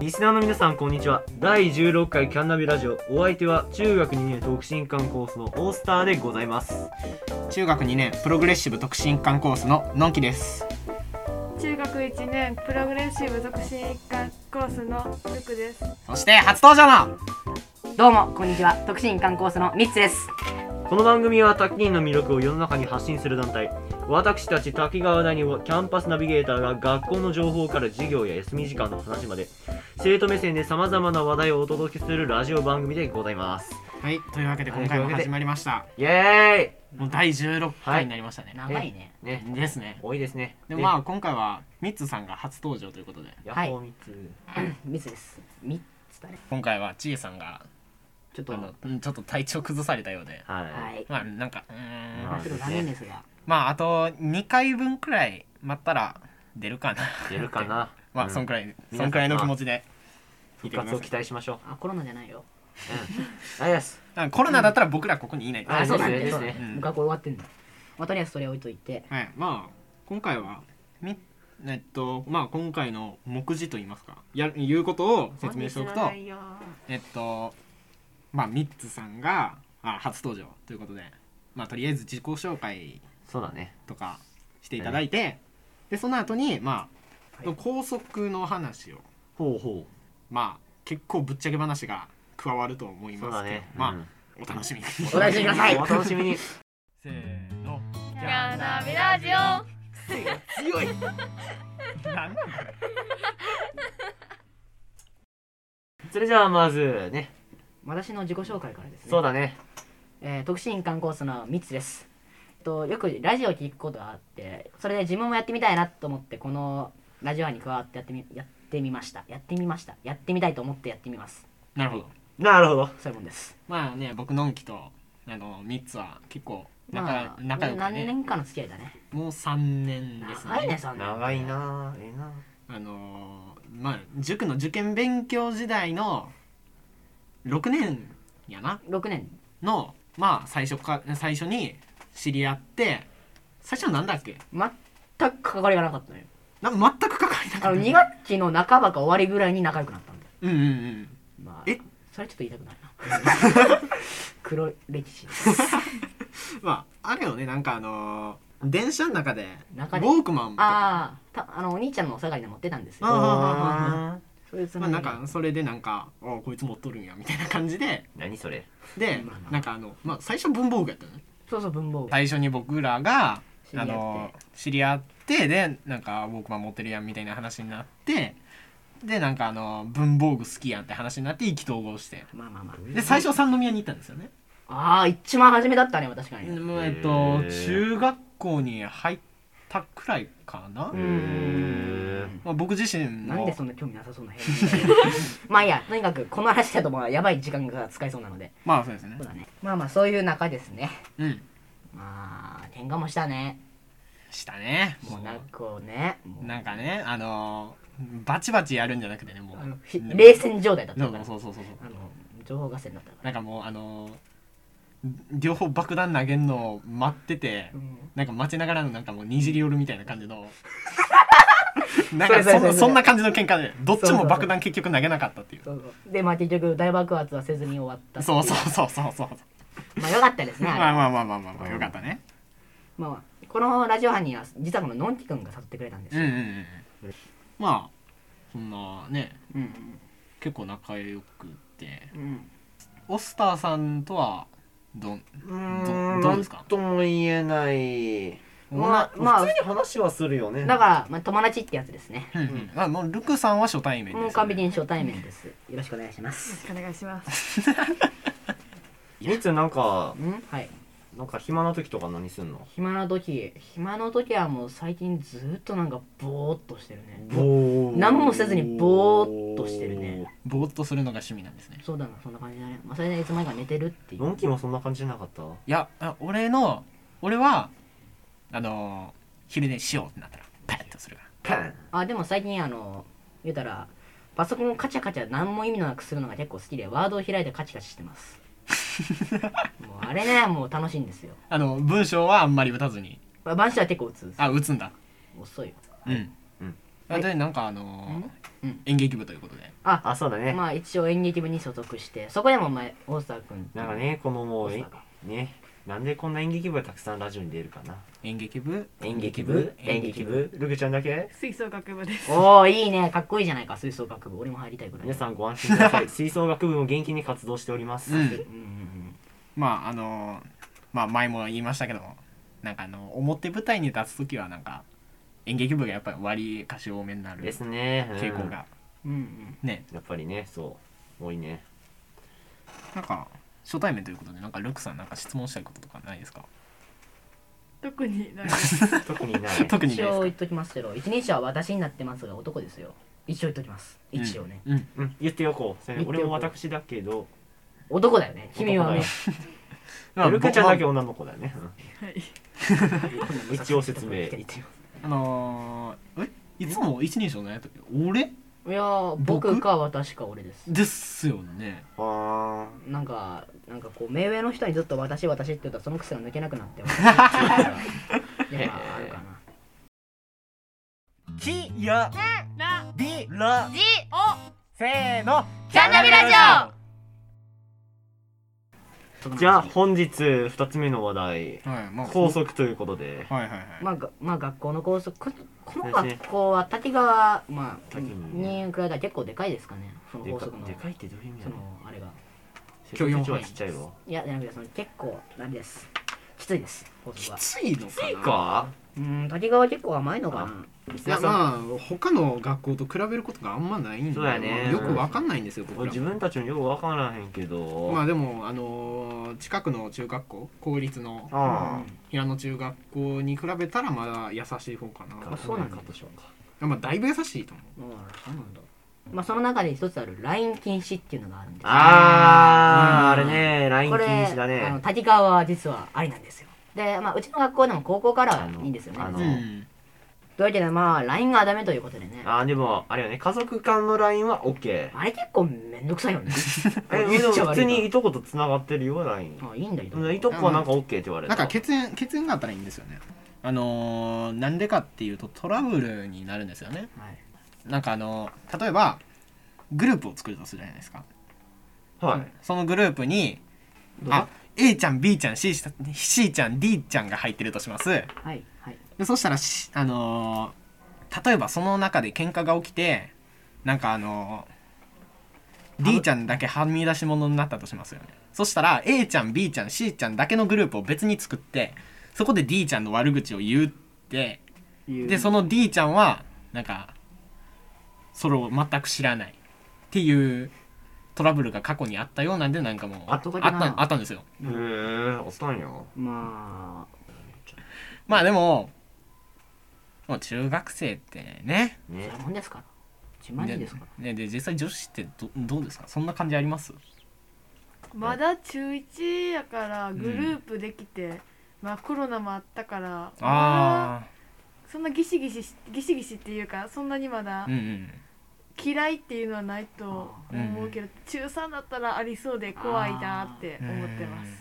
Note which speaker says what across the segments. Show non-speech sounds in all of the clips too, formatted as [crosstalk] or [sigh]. Speaker 1: リスナーの皆さんこんにちは第16回キャンナビラジオお相手は中学2年独身館コースのオースターでございます
Speaker 2: 中学2年プログレッシブ特進館コースののんきです
Speaker 3: 中学1年プログレッシブ属進一貫コースのルクです
Speaker 2: そして初登場の
Speaker 4: どうもこんにちは特進観光スのミッツです
Speaker 1: この番組は滝銀の魅力を世の中に発信する団体私たち滝川大にはキャンパスナビゲーターが学校の情報から授業や休み時間の話まで生徒目線でさまざまな話題をお届けするラジオ番組でございます
Speaker 2: はいというわけで今回も始まりました
Speaker 1: イエ
Speaker 2: もう第16回になりましたね、
Speaker 4: 長いね
Speaker 1: ーイね
Speaker 2: ですね
Speaker 1: 多いですね
Speaker 2: でまあ今回はミッツさんが初登場ということで
Speaker 1: ヤ
Speaker 4: はい
Speaker 1: ッホーミツ、
Speaker 4: ミッツですミッツだね
Speaker 2: 今回はちえさんが
Speaker 4: ちょっと
Speaker 2: あ
Speaker 4: は
Speaker 2: のうんちょっと体調崩されたようで
Speaker 1: はい
Speaker 4: い
Speaker 2: まあなんかうーん
Speaker 1: まあ
Speaker 4: 真っ黒残念ですが
Speaker 2: まああと2回分くらい待ったら出るかな
Speaker 1: 出る [laughs] かな
Speaker 2: まあそんくらいそんくらいの気持ちで
Speaker 1: 復活を期待しましょう
Speaker 4: あコロナじゃないよ
Speaker 1: あやす
Speaker 2: あコロナだったら僕らここにいない
Speaker 1: あそうだね
Speaker 4: そうだ
Speaker 1: です
Speaker 2: ね
Speaker 4: もう学校終わってんだまあとりあえずそれ置いといて
Speaker 2: はい、まあ今回はみえっとまあ今回の目次といいますかやいうことを説明しておくと
Speaker 3: 本日の内容
Speaker 2: えっとまあミッツさんがあ初登場ということでまあとりあえず自己紹介
Speaker 1: そうだね
Speaker 2: とかしていただいて、でその後にまあ、
Speaker 4: はい
Speaker 2: 高速の話を
Speaker 1: ほうほ
Speaker 2: まあ結構ぶっちゃけ話が加わると思いう
Speaker 1: そう
Speaker 2: ます
Speaker 1: だ
Speaker 2: けど、
Speaker 1: ね
Speaker 2: まあ、
Speaker 1: うん
Speaker 2: お楽しみに
Speaker 4: お楽しみ
Speaker 2: [laughs]
Speaker 4: ください
Speaker 1: お楽しみに
Speaker 2: せーの
Speaker 3: キャナビラジオ
Speaker 2: 強いなんなんこれ
Speaker 1: それじゃあまずね
Speaker 4: 私の自己紹介からですね
Speaker 1: そうだね
Speaker 4: えー特進観光スのミッツですえっとよくラジオ聞くことがあってそれで自分もやってみたいなと思ってこのラジオ班に加わってやってみやってみましたやってみましたやってみたいと思ってやってみます
Speaker 2: なるほど
Speaker 1: なるほど
Speaker 4: そういうもんです
Speaker 2: まあね僕のんきとあのミッツは結構仲,、
Speaker 4: まあ
Speaker 2: 仲良く
Speaker 4: 何
Speaker 2: ね
Speaker 4: 年かの付き合いだね
Speaker 2: もう三年です
Speaker 4: 長いね
Speaker 2: ね
Speaker 4: 3年
Speaker 1: 長いなええな
Speaker 2: あのーまあ塾の受験勉強時代の六年やな
Speaker 4: 6年
Speaker 2: のまあ最初か最初に知り合って最初なんだっけ
Speaker 4: 全く関わりがなかったのよ
Speaker 2: な全く関わりな
Speaker 4: あ
Speaker 2: か
Speaker 4: の
Speaker 2: っ
Speaker 4: 2
Speaker 2: た
Speaker 4: 学期の半ばか終わりぐらいに仲良くなったんだよ
Speaker 2: うんうんうん
Speaker 4: まあ
Speaker 2: え
Speaker 4: それちょっと言いたくないな
Speaker 2: [laughs]
Speaker 4: 黒歴史
Speaker 2: まああれよねなんかあのー電車の中で
Speaker 4: 中で
Speaker 2: ウォークマンとか
Speaker 4: ああたあのお兄ちゃんのお下がりで持ってたんです
Speaker 2: あ
Speaker 4: よ
Speaker 2: あ
Speaker 4: そういうつ
Speaker 2: ま
Speaker 4: も
Speaker 2: あ
Speaker 4: り
Speaker 2: な
Speaker 4: で
Speaker 2: んかそれでなんか「あこいつ持っとるんや」みたいな感じで
Speaker 1: 何それ
Speaker 2: で
Speaker 4: まあまあ
Speaker 2: なんかあの、まあ、最初文房具やったのね
Speaker 4: そうそう文房具
Speaker 2: 最初に僕らが
Speaker 4: 知
Speaker 2: あ
Speaker 4: り合って
Speaker 2: の知り合ってでなんかウォークマン持ってるやんみたいな話になってでなんかあの文房具好きやんって話になって意気投合して
Speaker 4: まあまあま
Speaker 2: で最初三宮に行ったんですよね、
Speaker 4: あああ一番初めだったね確かに
Speaker 2: もう
Speaker 1: へ
Speaker 2: え
Speaker 1: ー
Speaker 2: っと中学校に入ったくらいかな、
Speaker 4: うーん
Speaker 2: まあ、僕自身も
Speaker 4: なんでそんな興味なさそうな部屋に [laughs] まあいいやとにかくこの話だとまあやばい時間が使えそうなので
Speaker 2: まあそうですね
Speaker 4: そうだねまあまあそういう仲ですね
Speaker 2: うん
Speaker 4: まあ喧嘩もしたね
Speaker 2: したね
Speaker 4: も
Speaker 2: も
Speaker 4: う
Speaker 2: う
Speaker 4: なんかこうねもう
Speaker 2: なんかねあのバチバチやるんじゃなくてねも
Speaker 4: あの
Speaker 2: う
Speaker 4: ひ冷戦状態だった
Speaker 2: そう
Speaker 4: からあの
Speaker 2: そうそうそうそう
Speaker 4: 情報合戦だったから
Speaker 2: なんかもうあの両方爆弾投げんのを待ってて、
Speaker 4: うん
Speaker 2: なんか待ちながらのなんかもうにじり寄るみたいな感じ
Speaker 4: [laughs]
Speaker 2: のなん
Speaker 4: そ
Speaker 2: か
Speaker 4: うそうそ
Speaker 2: そ
Speaker 4: う
Speaker 2: な
Speaker 4: んそう
Speaker 2: そんな感じの喧嘩でどっち
Speaker 4: そうそう
Speaker 2: も
Speaker 4: そう
Speaker 2: 爆弾結局投げなかったっていう
Speaker 4: そうそうでまあ結局大爆発はせずに終わったってい
Speaker 2: そうそうそうそうそう
Speaker 4: まあよかったですねあれ
Speaker 2: まあまあまあまあまあまあよかったね
Speaker 4: まあまあこのラジオ班には実はこののんきくんが誘ってくれたんです
Speaker 2: うん
Speaker 4: よ
Speaker 2: うんうんまあそんなね
Speaker 4: うん
Speaker 2: 結構仲良くて
Speaker 4: うんうん
Speaker 2: オスターさんとはどん
Speaker 1: うん
Speaker 2: どどうですか
Speaker 1: なんとも言えない
Speaker 4: まあまあ
Speaker 1: 普通に話はするよね
Speaker 4: だから、まあ、友達ってやつですね
Speaker 2: うんうんまあもうルクさんは初対面です、ね、
Speaker 4: もう完璧に初対面ですよろしくお願いします
Speaker 3: お願いします
Speaker 1: みつなんか
Speaker 4: うんはい
Speaker 1: なんか暇な時とか何すんの
Speaker 4: 暇な時暇な時はもう最近ずーっとなんかぼーっとしてるね
Speaker 1: ぼー
Speaker 4: 何もせずにぼーっとしてるね
Speaker 2: ぼーっとするのが趣味なんですね
Speaker 4: そうだなそんな感じだね、まあ、それでいつまでか寝てるっていう
Speaker 1: のんきもそんな感じじゃなかった
Speaker 2: いやあ俺の俺はあのー昼寝しようってなったらパッとするか
Speaker 1: パ
Speaker 2: ら
Speaker 1: ン
Speaker 4: あでも最近あの言うたらパソコンをカチャカチャ何も意味のなくするのが結構好きでワードを開いてカチカチしてますもうあれねもう楽しいんですよ
Speaker 2: あの文章はあんまり打たずに
Speaker 4: まあ晩秋は結構打つんですよ
Speaker 2: あ打つんだ
Speaker 4: 遅いよ
Speaker 2: うん、
Speaker 1: うん
Speaker 2: あでなんかあのー
Speaker 4: うん
Speaker 2: 演劇部ということで
Speaker 4: あ
Speaker 1: あそうだね、
Speaker 4: まあ一応演劇部に所属してそこでも前大沢君
Speaker 1: なんかねこのもうえ
Speaker 4: 大沢が
Speaker 1: ねなんでこんな演劇部がたくさんラジオに出るかな
Speaker 2: 演劇部
Speaker 1: 演劇部演劇部ルグちゃんだけ
Speaker 3: 吹奏楽部です。
Speaker 4: おおいいねかっこいいじゃないか吹奏楽部俺も入りたいぐらい
Speaker 1: 皆さんご安心ください吹奏楽部も元気に活動しております、
Speaker 2: うん
Speaker 4: うんうんうん
Speaker 2: まああのまあ前も言いましたけどもなんかあの表舞台に立つ時はなんか演劇部がやっぱり割かし多めになる
Speaker 1: ですね、うん
Speaker 2: 傾向が、
Speaker 4: うんうん
Speaker 2: ね
Speaker 1: やっぱりねそう多いね
Speaker 2: なんか初対面ということでなんかルクさんなんか質問したいこととかないですか
Speaker 3: 特にない。
Speaker 1: 特にない
Speaker 2: 特に
Speaker 4: 一
Speaker 2: ないです
Speaker 4: 応
Speaker 2: か
Speaker 4: 言っときますけど一人者は私になってますが男ですよ一応言っときます一応ね、
Speaker 2: うん、うん
Speaker 1: うん言ってよこうそれ
Speaker 4: 言って
Speaker 1: 俺
Speaker 4: よ
Speaker 1: も
Speaker 4: こう
Speaker 1: 私だけど
Speaker 4: 男だよね君はね
Speaker 2: まあ
Speaker 1: ルグちゃんだけ
Speaker 2: ぼ
Speaker 1: 女の子だよね、うん
Speaker 3: はい。
Speaker 1: 一応
Speaker 4: [laughs]
Speaker 1: 説明
Speaker 2: あのー、えいつも一人称のやつ俺
Speaker 4: いやー
Speaker 2: 僕
Speaker 4: 僕か私か俺です
Speaker 2: ですよね
Speaker 1: あ
Speaker 4: なんかなんかこう目上の人にずっと私私って言ったらその癖が抜けなく
Speaker 1: [laughs]
Speaker 4: なって私いやまああるかな
Speaker 2: きや
Speaker 3: な、
Speaker 2: びら
Speaker 3: じ、お。
Speaker 2: せーの
Speaker 3: キャンナビラ
Speaker 1: ーじゃあ本日2つ目の話題
Speaker 2: ジオはいまあ
Speaker 1: 校則ということで
Speaker 2: はいはいはい、
Speaker 4: まあ、がまあ学校の校則ここの
Speaker 1: そうですね
Speaker 4: 学校は滝川、まあ、
Speaker 1: 滝
Speaker 4: に比べたら結構でかいですかねその
Speaker 1: で
Speaker 4: 校
Speaker 1: か
Speaker 4: 則の
Speaker 1: でかいってどういう意味
Speaker 4: そ
Speaker 1: な
Speaker 4: の
Speaker 1: の
Speaker 4: あれが
Speaker 2: 許容範囲
Speaker 1: 手帳はちっちゃいわ
Speaker 4: いやじゃなくてその結構あれですきついです校則は
Speaker 2: ついのかない
Speaker 1: いか
Speaker 4: うん滝川は結構甘いのかな
Speaker 2: いうやまあ他の学校と比べることがあんまないんで
Speaker 1: そうだよね
Speaker 2: よくわかんないんですよ僕らも
Speaker 1: 自分たちもよくわからへんけど、
Speaker 2: まあでもあのー近くの中学校公立の
Speaker 1: あ
Speaker 2: 平野中学校に比べたらまだ優しい方かな
Speaker 1: あ
Speaker 4: あそうなんだ
Speaker 1: でしょうか
Speaker 2: まあだいぶ優しいと思う
Speaker 4: うんそうなんだまあその中で一つある LINE 禁止っていうのがあるんです
Speaker 1: あー、
Speaker 2: うん
Speaker 1: あれね LINE
Speaker 4: こ
Speaker 1: 禁
Speaker 4: れ
Speaker 1: 止だ
Speaker 4: あの
Speaker 1: ね
Speaker 4: 滝川は実はありなんですよで、まあ、うちの学校でも高校からはいいんですよね
Speaker 1: あの
Speaker 4: 別
Speaker 1: う
Speaker 4: に
Speaker 1: ん
Speaker 4: というわけでまあ LINE がダメということでね
Speaker 1: あーでもあれよね家族間の LINE は OK
Speaker 4: あれ結構めんどくさいよね
Speaker 1: [laughs] え
Speaker 4: 言
Speaker 1: で
Speaker 4: っ
Speaker 1: も
Speaker 4: ちゃ悪いな
Speaker 1: 普通にいとこと繋がってるよ LINE
Speaker 4: あいいんだけ
Speaker 1: う
Speaker 4: ど
Speaker 1: んいとこはなんか OK って言われ
Speaker 2: な
Speaker 1: た
Speaker 2: んか血縁血縁があったらいいんですよねあのーなんでかっていうとトラブルになるんですよね
Speaker 4: はい
Speaker 2: なんかあのー例えばグループを作るとするじゃないですか
Speaker 1: はい
Speaker 2: そのグループにあ A ちゃん B ちゃん C, C ちゃん D ちゃんが入ってるとします
Speaker 4: はいはい
Speaker 2: でそしたらし、あのー例えばその中で喧嘩が起きてなんかあのー D ちゃんだけはみ出し者になったとしますよねそしたら A ちゃん B ちゃん C ちゃんだけのグループを別に作ってそこで D ちゃんの悪口を言ってでその D ちゃんはなんかそれを全く知らないっていうトラブルが過去にあったようなんでなんかもう
Speaker 4: あ
Speaker 2: あ
Speaker 4: っ
Speaker 2: ったた
Speaker 4: かいな
Speaker 2: あったんですよ
Speaker 1: へえおったんや
Speaker 4: ま
Speaker 2: まあでももう中学生ってね
Speaker 4: あそ
Speaker 1: ね
Speaker 4: ういうもんですから自慢にですから
Speaker 2: ねで実際女子ってどどうですかそんな感じあります
Speaker 3: まだ中一やからグループできて、まあコロナもあったから。まだ
Speaker 2: あ
Speaker 3: そんなギシギシしギシギシっていうかそんなにまだ
Speaker 2: あうんうん
Speaker 3: 嫌いっていうのはないと思うけど、中3だったらありそうで怖いなって思ってます
Speaker 2: うん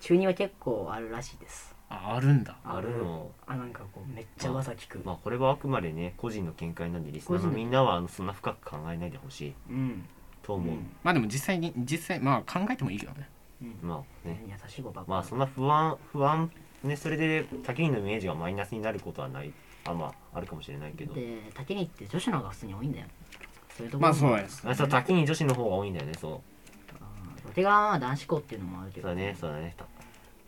Speaker 4: 中二は結構あるらしいです
Speaker 2: ああるんだ
Speaker 1: あるの
Speaker 4: あなんかこうめっちゃ噂聞く、
Speaker 1: まあこれはあくまでね個人の見解なんでリスナーのみんなはあのそんな深く考えないでほしい
Speaker 4: うん、
Speaker 1: と
Speaker 4: う
Speaker 1: 思う、
Speaker 4: ん
Speaker 2: まあでも実際に実際まあ考えてもいいけどね
Speaker 4: うん
Speaker 1: まあね
Speaker 4: 優しい子ばっかり
Speaker 1: まあそんな不安不安ねそれで滝にのイメージがマイナスになることはないあまああるかもしれないけど
Speaker 4: で竹にって女子の方が普通に多いんだよそういうところ
Speaker 2: まあ
Speaker 4: も
Speaker 2: そうです
Speaker 1: あそう滝に女子の方が多いんだよねそ
Speaker 4: お手側は男子校っていうのもある
Speaker 1: う
Speaker 4: け
Speaker 1: そう
Speaker 4: ど
Speaker 1: だねそうだねた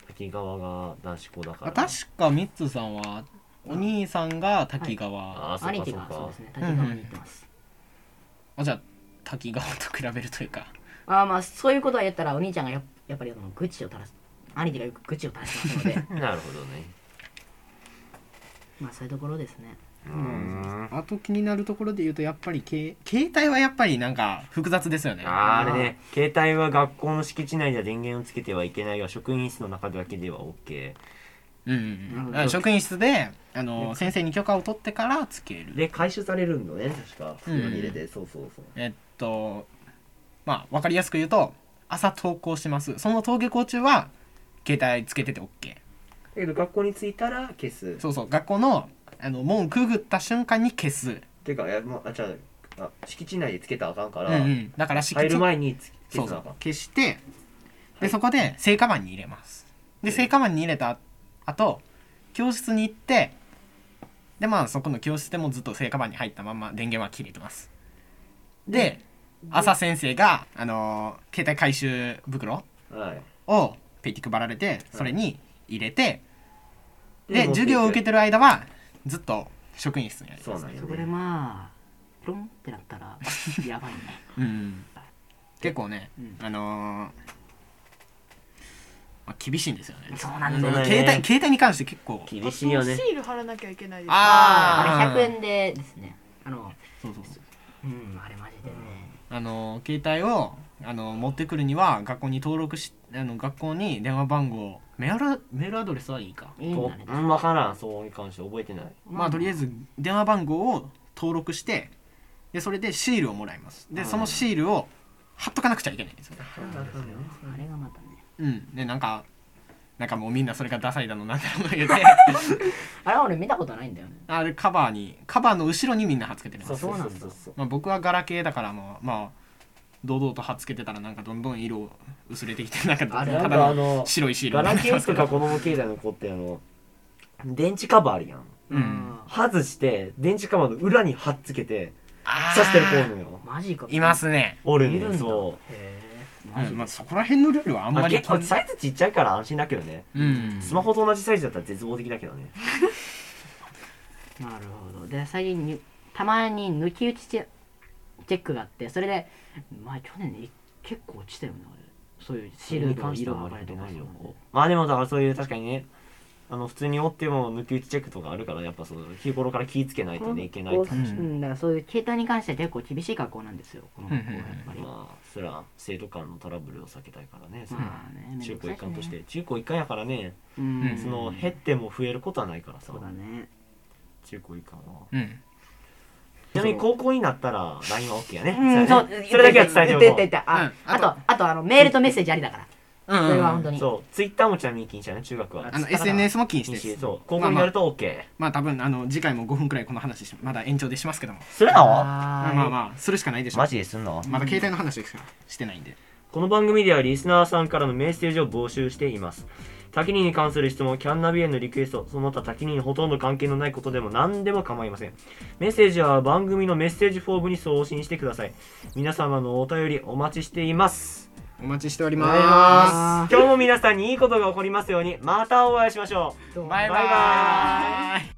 Speaker 1: 滝川が男子校だから
Speaker 2: あ確かミッツさんはお兄さんが滝川、
Speaker 1: ああそう
Speaker 4: 兄
Speaker 1: か
Speaker 4: 貴
Speaker 1: そう
Speaker 4: がそう
Speaker 1: か
Speaker 4: ですね滝川に行ってます、
Speaker 2: あじゃあ滝川と比べるというか
Speaker 4: あーまあそういうことを言ったらお兄ちゃんがやっやっぱりその愚痴を垂らす兄貴がよく愚痴を垂らしますの [laughs] で
Speaker 1: なるほどね
Speaker 4: まあそういうところですね
Speaker 1: うーん
Speaker 2: あと気になるところで言うとやっぱりけ携帯はやっぱりなんか複雑ですよね
Speaker 1: あーあれね携帯は学校の敷地内では電源をつけてはいけないが職員室の中だけでは OK
Speaker 2: うん
Speaker 4: なるほ
Speaker 2: うん
Speaker 4: ど
Speaker 2: うん職員室であの先生に許可を取ってからつける
Speaker 1: で回収されるんだね確か
Speaker 2: うん
Speaker 1: 袋に入れてそうそうそう
Speaker 2: えっとまあ分かりやすく言うと朝登校しますその登下校中は携帯つけてて OK
Speaker 1: だけど学校に着いたら消す
Speaker 2: そうそう学校のあの門くぐった瞬間に消す
Speaker 1: てかいやまあじゃああ敷地内でつけたらあかんか
Speaker 2: うんう
Speaker 1: ら、
Speaker 2: ん、だから敷
Speaker 1: 入
Speaker 2: 地
Speaker 1: る前につけて
Speaker 2: そう
Speaker 1: た
Speaker 2: そ
Speaker 1: らあ
Speaker 2: う
Speaker 1: かん
Speaker 2: 消してでそこで聖火板に入れますで聖火板に入れたあと教室に行ってでまあそこの教室でもずっと聖火板に入ったまま電源は切れてますで朝先生があのー携帯回収袋
Speaker 1: はい
Speaker 2: をペイティ配られてそれに入れて、
Speaker 1: 持っ
Speaker 2: で
Speaker 1: てい
Speaker 2: 授業を受けてる間はずっと職員室にあり
Speaker 1: そうなんよ
Speaker 4: そこで
Speaker 1: ね
Speaker 4: まあプロンってなったらやばいね
Speaker 2: うん、結構ね、
Speaker 4: うん
Speaker 2: あのーまあ、厳しいんですよね
Speaker 4: そうなん
Speaker 1: そ
Speaker 4: だ
Speaker 1: う
Speaker 4: よ
Speaker 1: だよ
Speaker 2: 携帯
Speaker 1: ね
Speaker 2: 携帯に関して結構
Speaker 1: 厳しいよね
Speaker 3: シール貼らなきゃいけないです
Speaker 2: あー
Speaker 4: あれ100円でですねあの
Speaker 2: そうそうそう
Speaker 4: うんあれマジでね
Speaker 2: あの携帯をあの持ってくるには学校に登録しあの学校に電話番号メールメールアドレスはいいか
Speaker 4: いいん
Speaker 1: と
Speaker 4: だね
Speaker 1: うん分からんそうに関して覚えてない
Speaker 2: まあとりあえず電話番号を登録してでそれでシールをもらいますでそのシールを貼っとかなくちゃいけないんですよね
Speaker 4: そうなんですよねあれがまたね
Speaker 2: うんでなんかなんかもうみんなそれがダサいだのなんだろう
Speaker 1: [laughs]
Speaker 2: 言うて
Speaker 4: あれは俺見たことないんだよね
Speaker 2: あれカバーにカバーの後ろにみんな貼っつけてます
Speaker 1: そうそうそう
Speaker 4: そうなんだ
Speaker 1: そう
Speaker 2: まあ、僕はガラケーだからもうまあ堂々と貼っつけてたらなんかどんどん色薄れてきてなんか
Speaker 4: あれ
Speaker 2: た
Speaker 1: なん
Speaker 2: だ
Speaker 1: かあ
Speaker 2: の
Speaker 1: の
Speaker 2: 白いシール
Speaker 1: ガ
Speaker 2: にな
Speaker 1: ラ
Speaker 2: って
Speaker 1: ケ
Speaker 2: ま
Speaker 1: ー
Speaker 2: すけ
Speaker 1: と
Speaker 2: ど
Speaker 1: か子供携帯の子ってあの電池カバーあるやん
Speaker 2: うん
Speaker 1: 外して電池カバーの裏に貼っつけて
Speaker 2: あー
Speaker 1: 刺してる子おんのよ
Speaker 4: マジか
Speaker 2: いますね、
Speaker 1: おる
Speaker 4: いるん
Speaker 1: ね
Speaker 4: だ
Speaker 1: そう
Speaker 4: へえ
Speaker 2: う
Speaker 4: マジ
Speaker 2: んま
Speaker 4: で
Speaker 2: あ、そこら辺のルールはあん
Speaker 1: ま
Speaker 2: ま
Speaker 1: あ
Speaker 2: り
Speaker 1: 結構サイズちっちゃいから安心だけどね
Speaker 2: うん
Speaker 1: スマホと同じサイズだったら絶望的だけどね
Speaker 4: なるほどで最近にたまに抜き打ちチェチェックがあってそれで前去年ね結構落ちたよね俺そういうシールの色が
Speaker 1: あ
Speaker 4: 分かれてないよ
Speaker 1: まあでもだからそういう確かにねあの普通に折っても抜き打ちチェックとかあるからやっぱそう日頃から気ぃつけないとねいけないって
Speaker 4: う
Speaker 1: 話、
Speaker 4: ん、だからそういう携帯に関しては結構厳しい学校なんですよこの学校はやっぱり、
Speaker 1: まあそら生徒間のトラブルを避けたいからね、それは
Speaker 4: まあねめんど
Speaker 1: 中高
Speaker 4: くさいしね
Speaker 1: 一貫として中高一貫やからね、
Speaker 4: うん、
Speaker 2: うん
Speaker 1: その減っても増えることはないからさ
Speaker 4: そうだね
Speaker 1: 中高一貫は
Speaker 2: うん
Speaker 1: ちなみに高校になったら LINE は OK やね、
Speaker 4: うん、
Speaker 1: そ
Speaker 4: そうう
Speaker 1: やねそれだけは伝えておこ
Speaker 4: 言って言って言ってあ,、
Speaker 2: うん
Speaker 4: あとあとあのメールとメッセージありだから、
Speaker 2: うん
Speaker 4: それは本当
Speaker 1: う
Speaker 4: に
Speaker 1: そうツイッターもちなみに禁止やね中学は
Speaker 2: あの SNS も禁
Speaker 1: 禁
Speaker 2: 止で
Speaker 1: 止
Speaker 2: す
Speaker 1: そう高校になると OK、
Speaker 2: まあ多分あの次回も5分くらいこの話しまだ延長でしますけども
Speaker 1: するの
Speaker 2: ま
Speaker 4: あ
Speaker 2: あ
Speaker 4: ー
Speaker 2: まあまあするしかないでしょ
Speaker 1: マジですんの
Speaker 2: まだ携帯の話しかしてないんで
Speaker 1: この番組ではリスナーさんからのメッセージを募集しています。タキニに関する質問、キャンナビへのリクエスト、その他タキニにほとんど関係のないことでも何でも構いません。メッセージは番組のメッセージフォームに送信してください。皆様のお便りお待ちしています。
Speaker 2: お待ちしており
Speaker 1: お
Speaker 2: ま
Speaker 1: 願いします今日も皆さんにいいことが起こりますように、またお会いしましょう。
Speaker 2: すバイバ
Speaker 1: バイバ
Speaker 2: イ